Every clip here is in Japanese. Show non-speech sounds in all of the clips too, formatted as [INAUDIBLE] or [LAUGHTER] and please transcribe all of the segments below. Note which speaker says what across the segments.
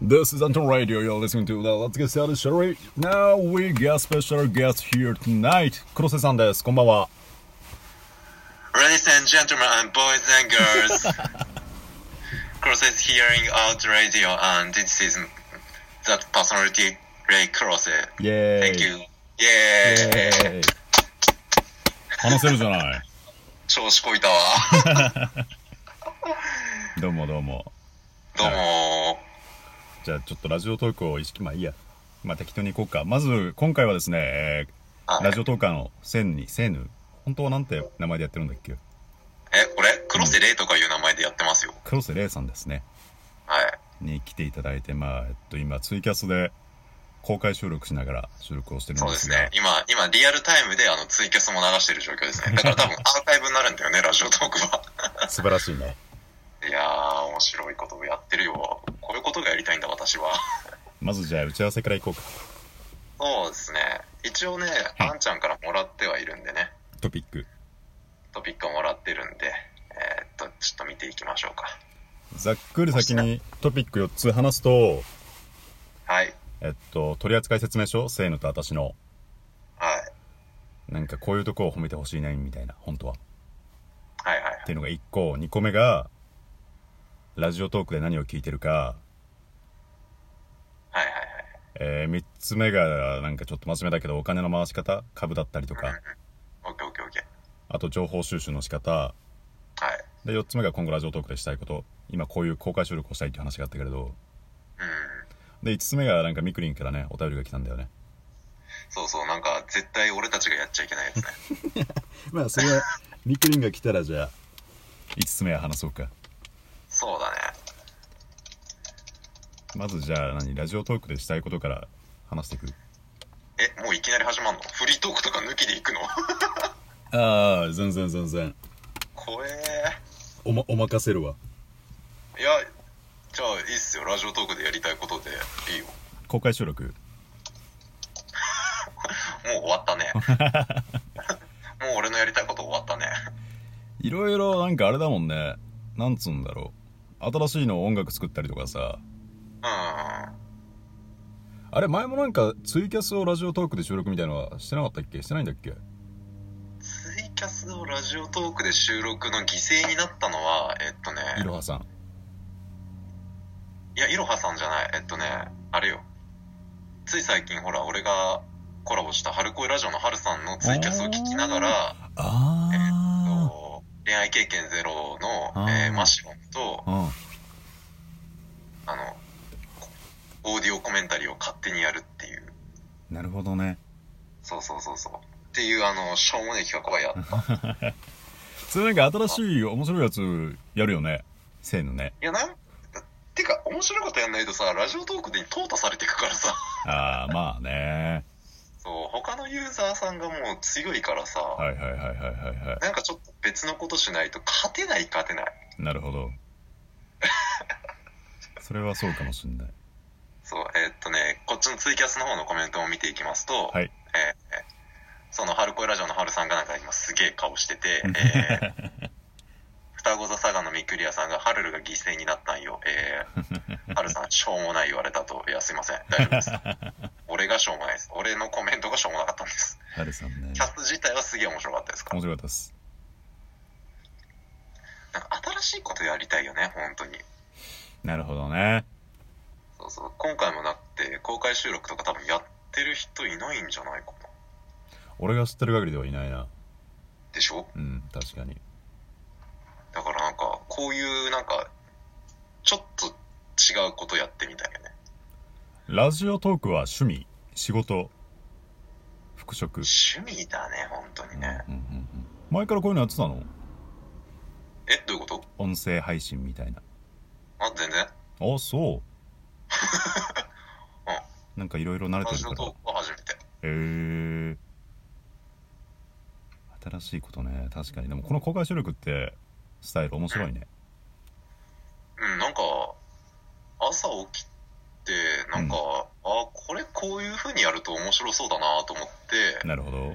Speaker 1: This is Anton Radio. You're listening to the Let's Get Started, shall we? Now we got special guest here tonight. 黒瀬さんです。こんばんは。
Speaker 2: Ladies and gentlemen, and boys and [LAUGHS] girls, Cross is hearing out radio, and this is that personality, Ray Cross.
Speaker 1: イェーイ。
Speaker 2: Thank you.
Speaker 1: イ
Speaker 2: Yeah.
Speaker 1: ェーイ。話せるじゃない。
Speaker 2: 調子こ [LAUGHS] いたわ。
Speaker 1: どうもどうも。
Speaker 2: どうも。
Speaker 1: じゃあちょっとラジオトークを意識、まあいいや。まあ適当に行こうか。まず今回はですね、えー
Speaker 2: はい
Speaker 1: ラジオトーカーのセンに、セーヌ。本当はなんて名前でやってるんだっけ
Speaker 2: え、俺、クロセレイとかいう名前でやってますよ。
Speaker 1: 黒瀬玲さんですね。
Speaker 2: はい。
Speaker 1: に来ていただいて、まあ、えっと今ツイキャスで公開収録しながら収録をしてるん
Speaker 2: そう
Speaker 1: で
Speaker 2: ですす
Speaker 1: が。
Speaker 2: ね。今、今、リアルタイムで、あの、ツイキャスも流してる状況 [LAUGHS] ですね。だから多分、アーカイブになるんだよね、ラジオトークは。
Speaker 1: 素晴らしいね。
Speaker 2: いやー、面白いことをやってるよ。こういうことがやりたいんだ、私は。
Speaker 1: まずじゃあ打ち合わせからいこうか。
Speaker 2: そうですね。一応ね、
Speaker 1: はい
Speaker 2: あんちゃんからもらってはいるんでね、
Speaker 1: トピック。
Speaker 2: トピックをもらってるんで、えーっと、ちょっと見ていきましょうか。
Speaker 1: ざっくり先にトピック4つ話すと、
Speaker 2: はい。
Speaker 1: えっと、取扱説明書、セーヌと私の、
Speaker 2: はい。
Speaker 1: なんかこういうとこを褒めてほしいね、みたいな、本当は。
Speaker 2: はいはい
Speaker 1: っ。ていうのが1個2個目がラジオトークで何を聞いてるか、
Speaker 2: はいはい
Speaker 1: え3つ目がなんかちょっと真面目だけどお金の回し方株だったりと
Speaker 2: はい。
Speaker 1: か
Speaker 2: うん。オッケーオッケーオッケ
Speaker 1: あと情報収集の仕方
Speaker 2: ー。はい。
Speaker 1: で4つ目が今後ラジオトークでしたいこと今こういう公開収録をしたいっていう話があったけれど
Speaker 2: うん。
Speaker 1: で5つ目がなんかみくりんからねお便りが来たんだよね
Speaker 2: そうそう、なんか、絶対俺たちがやっちゃいけないやつね。
Speaker 1: [LAUGHS] まあそれはみくりんが来たらじゃあ5つ目は話そうか
Speaker 2: そうだね。
Speaker 1: まずじゃあ何ラジオトークでしたいことから話していく
Speaker 2: え、もういきなり始まんのフリートークとか抜きでいくの [LAUGHS]
Speaker 1: ああ全然全然
Speaker 2: 怖え
Speaker 1: お,、ま、お任せるわ
Speaker 2: ー。いや、じゃあいいっすよ。ラジオトークでやりたいことでいいよ。
Speaker 1: 公開収録
Speaker 2: もう終わっ
Speaker 1: [LAUGHS]
Speaker 2: たね。もう俺のやりたいこと終わったね。
Speaker 1: いろいろなんかあれだもんねなんつうんだろう新しいの音楽作ったりとかさ
Speaker 2: うん。
Speaker 1: あれ前もなんかツイキャスをラジオトークで収録みたいのはしてなかったっけしてないんだっけ
Speaker 2: ツイキャスをラジオトークで収録の犠牲になったのは、えっとね、
Speaker 1: いろはさん
Speaker 2: いや、いろはさんじゃない、えっとね、あれよ。つい最近、ほら、俺がコラボした春恋ラジオの春さんのツイキャスを聞きながら、
Speaker 1: あ
Speaker 2: と恋愛経験ゼロ
Speaker 1: あ
Speaker 2: の、
Speaker 1: ー
Speaker 2: えーマシロンと、
Speaker 1: あうん
Speaker 2: あの、オーディオコメンタリーを勝手にやるっていう、
Speaker 1: なるほどね
Speaker 2: そうそうそうそう。っていう、あの、しょうもねえ企画はやった。い
Speaker 1: それなんか新しい面白いやつやるよねせーのね
Speaker 2: や、なん、てか、面白いことやんないとさ、ラジオトークで淘汰されていくからさ。
Speaker 1: ああまあね
Speaker 2: そう、他のユーザーさんがもう強いからさ、
Speaker 1: はいはいはいはいはいは
Speaker 2: なんかちょっと別のことしないと勝てない勝てない。
Speaker 1: いなるほどそれはそうかもしんない
Speaker 2: そう、えーっとね、こっちのツイキャスの方のコメントを見ていきますと、
Speaker 1: はい
Speaker 2: えーえーその春恋ラジオの春さんがなんか今すげえ顔してて、えー
Speaker 1: [LAUGHS]
Speaker 2: 双子座佐賀のみくりやさんが、ハルルが犠牲になったんよ。えー、ハルさん、しょうもない言われたと。いや、すいません。大丈
Speaker 1: [LAUGHS]
Speaker 2: 夫です。俺がしょうもないです。俺のコメントがしょうもなかったんです。
Speaker 1: ハルさんね
Speaker 2: キャス自体はすげえ面白かったですから
Speaker 1: 面。白かったっす
Speaker 2: なんか新しいことやりたいよね、本当に。
Speaker 1: なるほどね
Speaker 2: そうそう。今回もなって、公開収録とか多分やってる人いないんじゃないかな。
Speaker 1: 俺が知ってる限りではいないな
Speaker 2: でしょ
Speaker 1: うん確かに
Speaker 2: だからなんか、こういうなんか、ちょっと違うことやってみたいよね。
Speaker 1: ラジオトークは趣味仕事服飾、
Speaker 2: 趣味だね、本当にね。
Speaker 1: うんうんうん前からこういうのやってたの
Speaker 2: え、どういうこと
Speaker 1: 音声配信みたいな
Speaker 2: あ、全然。
Speaker 1: あ
Speaker 2: [LAUGHS]
Speaker 1: そうなんかいろいろ慣れて
Speaker 2: 私
Speaker 1: るか
Speaker 2: の
Speaker 1: ら
Speaker 2: トークは初めて。
Speaker 1: へえ新しいことね確かにでもこの公開収録ってスタイル面白いね
Speaker 2: うん、なんか、朝起きて、なんか、あ、これこういう風にやると面白そうだなと思って、
Speaker 1: なるほど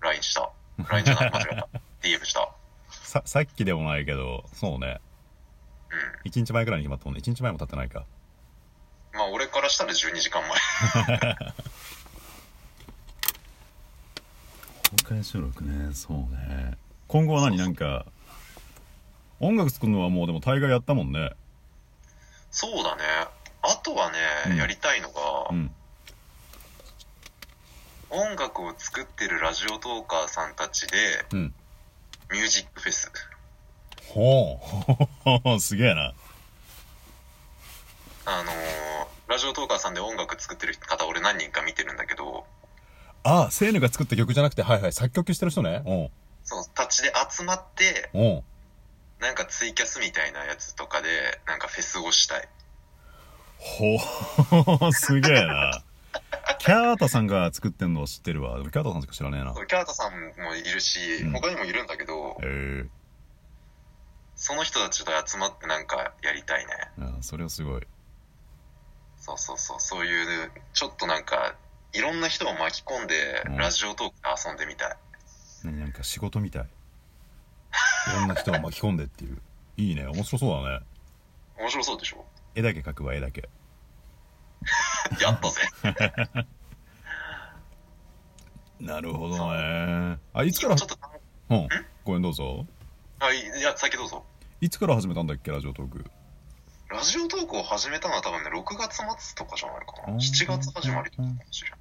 Speaker 2: LINE した。LINE じゃない、間違えた。DM した。
Speaker 1: ささっきでもないけどそうね
Speaker 2: うん。
Speaker 1: 1日前くらいに決まったもんね1日前も経ってないか
Speaker 2: まあ俺からしたら12時間前
Speaker 1: 公開収録ねそうね今後は何なんか音楽作るのはもうでも大概やったもんね
Speaker 2: そうだねあとはね、
Speaker 1: うん
Speaker 2: やりたいのが、
Speaker 1: うん
Speaker 2: 音楽を作ってるラジオトーカーさんたちで
Speaker 1: うん
Speaker 2: ミュージックフェス
Speaker 1: ほう [LAUGHS] すげえな
Speaker 2: あのーラジオトーカーさんで音楽作ってる方俺何人か見てるんだけど
Speaker 1: あセーヌが作った曲じゃなくてはいはい作曲してる人ね
Speaker 2: そのたちで集まって
Speaker 1: うんうん
Speaker 2: なんかツイキャスみたいなやつとかでなんかフェスをしたい
Speaker 1: ほうすげえなキャータさんが作ってんのは知ってるわでもキャータさんしか知らねえな
Speaker 2: キャータさんもいるし
Speaker 1: うん
Speaker 2: 他にもいるんだけど、
Speaker 1: へえ
Speaker 2: その人たちと集まってなんかやりたいね
Speaker 1: あそれはすごい
Speaker 2: そうそうそうそういうちょっとなんかいろんな人を巻き込んで
Speaker 1: うん
Speaker 2: ラジオトークで遊んでみたい、
Speaker 1: ねなんか仕事みたいいろんな人を巻き込んでっていういいね面白そうだね
Speaker 2: 面白そうでしょ
Speaker 1: 絵だけ描くわ絵だけ
Speaker 2: やったぜ
Speaker 1: なるほどねあ [LAUGHS] いつ
Speaker 2: ち
Speaker 1: から
Speaker 2: ょっと
Speaker 1: うんごめんどうぞ
Speaker 2: あいいや先どうぞ
Speaker 1: いつから始めたんだっけラジオトーク
Speaker 2: ラジオトークを始めたのは多分ね6月末とかじゃないか
Speaker 1: う
Speaker 2: なん7月始まりとかかもしれない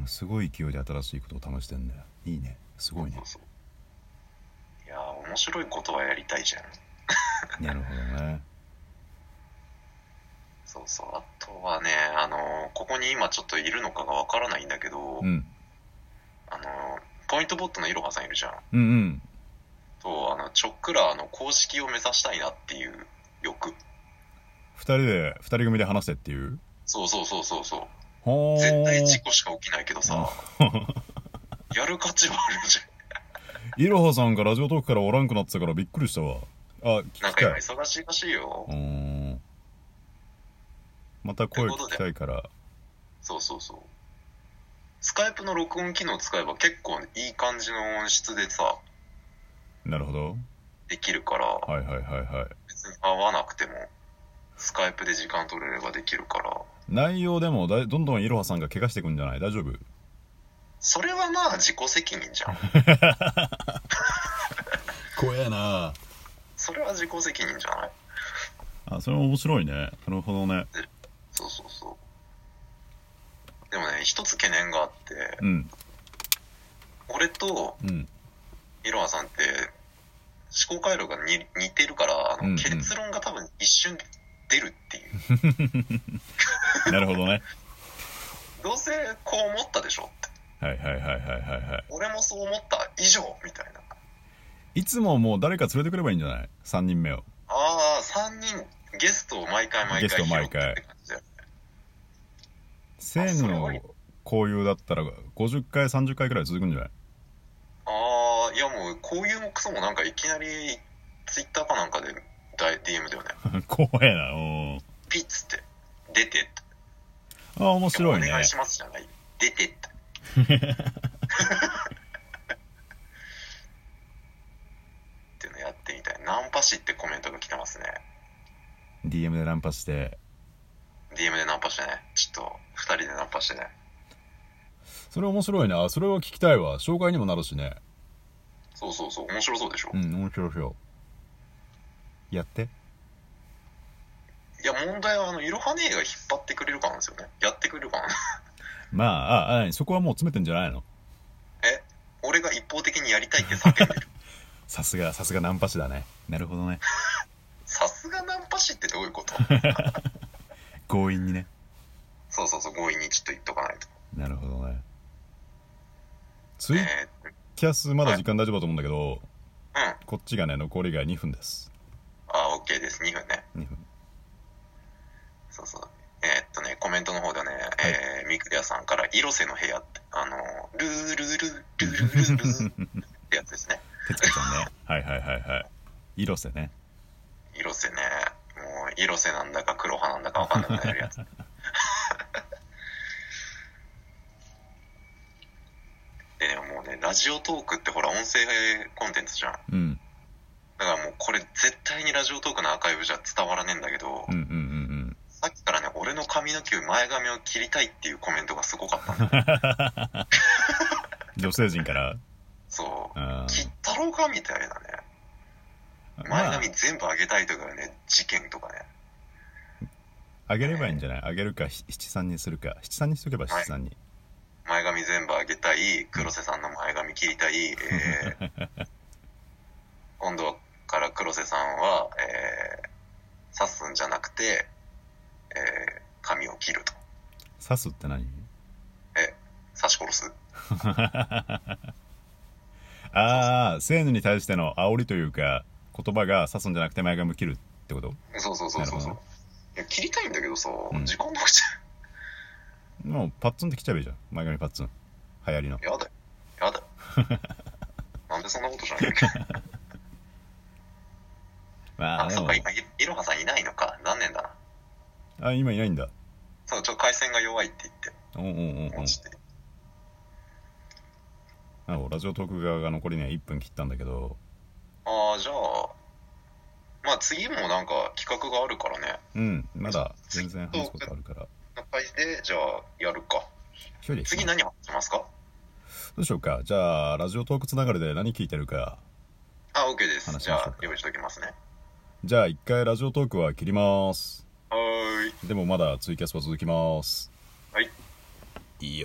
Speaker 1: うんすごい勢いで新しいことを試してんだよいいねすごいね
Speaker 2: そうそういやー面白いことはやりたいじゃん
Speaker 1: なるほどね
Speaker 2: そうそうあとはねあのーここに今ちょっといるのかがわからないんだけど、
Speaker 1: うん
Speaker 2: あのーポイントボットのいろはさんいるじゃん
Speaker 1: うんうん
Speaker 2: とあのチョックラーの公式を目指したいなっていう欲
Speaker 1: 2人で2人組で話せっていう
Speaker 2: そうそうそうそうそう
Speaker 1: ほー
Speaker 2: 絶対事故しか起きないけどさやる価値はあるじ
Speaker 1: いろはさんがラジオトークからおらんくなってたからびっくりしたわあ聞き
Speaker 2: ゃんなん
Speaker 1: た
Speaker 2: か今
Speaker 1: い
Speaker 2: 忙しいらしいよ
Speaker 1: うーんまた声聞きたいから
Speaker 2: そうそうそうスカイプの録音機能使えば結構いい感じの音質でさ
Speaker 1: なるほど
Speaker 2: できるから
Speaker 1: はいはいはいはい
Speaker 2: 別に合わなくてもスカイプで時間取れればできるから
Speaker 1: 内容でもだどんどんいろはさんが怪我してくんじゃない大丈夫
Speaker 2: それはまあ自己責任じ
Speaker 1: [LAUGHS]
Speaker 2: ゃん
Speaker 1: 怖えな
Speaker 2: それは自己責任じゃない
Speaker 1: あそれも面白いねなるほどね
Speaker 2: そうそうそうでもね一つ懸念があって
Speaker 1: うん
Speaker 2: 俺と
Speaker 1: うん
Speaker 2: いろはさんって思考回路がに似てるからあの
Speaker 1: うんうん
Speaker 2: 結論が多分一瞬出るっていう、
Speaker 1: なるほどね
Speaker 2: どうせこう思ったでしょって
Speaker 1: はいはいはいはいはいは
Speaker 2: 俺もそう思った以上みたいない
Speaker 1: いつももう誰か連れてくればいいんじゃない3人目を
Speaker 2: ああ3人ゲストを毎回毎
Speaker 1: ゲ
Speaker 2: 回
Speaker 1: ストを毎回
Speaker 2: 拾ってって感じだよ
Speaker 1: せーのの交友だったら50回30回くらい続くんじゃない
Speaker 2: ああいやもうこういうもクソもなんかいきなりツイッターかなんかでだ DM
Speaker 1: [LAUGHS]
Speaker 2: だよね
Speaker 1: 怖えなうん
Speaker 2: ピッツって出てって
Speaker 1: あ面白いね
Speaker 2: お願いしますじゃない出てってっていうのやってみたいナンパ師ってコメントが来てますね
Speaker 1: DM でナンパして
Speaker 2: DM でナンパしてねちょっと2人でナンパしてね
Speaker 1: それ面白いなそれは聞きたいわ紹介にもなるしね
Speaker 2: そうそうそう面白そうでしょ、
Speaker 1: うん面白いよやって
Speaker 2: いや問題はあのいろは姉が引っ張ってくれるかなんですよねやってくれるかな [LAUGHS]
Speaker 1: まあああそこはもう詰めてんじゃないの
Speaker 2: え俺が一方的にやりたいって叫んでる
Speaker 1: さすがさすがナンパ師だねなるほどね
Speaker 2: さすがナンパ師ってどういうこと
Speaker 1: 強引にね
Speaker 2: そうそうそう強引にちょっと言っとかないと
Speaker 1: なるほどねツイ
Speaker 2: えー
Speaker 1: キャスまだ時間大丈夫だと思うんだけど
Speaker 2: うん
Speaker 1: こっちがね残りが2分です
Speaker 2: あ OK です2分ね
Speaker 1: 2分 [LAUGHS]
Speaker 2: そうそう。えーっとね、コメントの方ではね、えー、ミクリアさんから、色瀬の部屋って、あのー、ルールールールールールールーってやつですね。
Speaker 1: 徹子さんねはいはいはいはい色瀬ね
Speaker 2: 色瀬ね、もう、色瀬なんだか黒派なんだかわかんなくなるやつ。 [LAUGHS] でね、もうね、ラジオトークってほら、音声コンテンツじゃん。だ
Speaker 1: うん
Speaker 2: からもう、これ絶対にラジオトークのアーカイブじゃ伝わらねえんだけど、
Speaker 1: うんうんうんうん
Speaker 2: さっ俺の髪の毛前髪を切りたいっていうコメントがすごかったん [LAUGHS] だよ
Speaker 1: 女性陣から。
Speaker 2: そう
Speaker 1: あー
Speaker 2: 切ったろうかみたいなね前
Speaker 1: まあ
Speaker 2: 髪全部上げたいとかね事件とかね
Speaker 1: あげればいいんじゃないあげるかひ七三にするか七三にしとけば七三に、
Speaker 2: 前髪全部上げたい黒瀬さんの前髪切りたい、え
Speaker 1: [LAUGHS]
Speaker 2: ー今度から黒瀬さんは、えー、刺すんじゃなくて、えー髪を切ると
Speaker 1: 刺すって何
Speaker 2: 刺し殺す
Speaker 1: ああセーヌに対しての煽りというか言葉が刺すんじゃなくて前髪切るってこと
Speaker 2: そうそうそうそうそう
Speaker 1: なるほど
Speaker 2: いや切りたいんだけどさ、
Speaker 1: ん
Speaker 2: 時間なくち
Speaker 1: もうパッツンって切っちゃえばいいじゃん前髪パッツン流行りの
Speaker 2: ゃやだよやだよ
Speaker 1: [LAUGHS]
Speaker 2: なんでそんなことしなきゃいけない
Speaker 1: まあ
Speaker 2: あ
Speaker 1: で
Speaker 2: そう
Speaker 1: も
Speaker 2: か今いいろはさんいないのか残念だな
Speaker 1: あ今いないんだ
Speaker 2: そうちょっと回線が弱いって言って
Speaker 1: うんうんうんうん
Speaker 2: 落ちて
Speaker 1: なんかラジオトーク側が残りね1分切ったんだけど
Speaker 2: ああじゃあまあ次もなんか企画があるからね
Speaker 1: うんまだ全然話すことあるから
Speaker 2: の回でじゃあやるか
Speaker 1: 距離
Speaker 2: 次何話しますか
Speaker 1: どうしようかじゃあラジオトークつながりで何聞いてるか
Speaker 2: あ OK です
Speaker 1: 話し
Speaker 2: じ
Speaker 1: ま
Speaker 2: ゃ
Speaker 1: しょうか
Speaker 2: あ用意しておきますね
Speaker 1: じゃあ一回ラジオトークは切ります
Speaker 2: はーい
Speaker 1: でもまだツイキャスは続きます
Speaker 2: はい
Speaker 1: よいしょ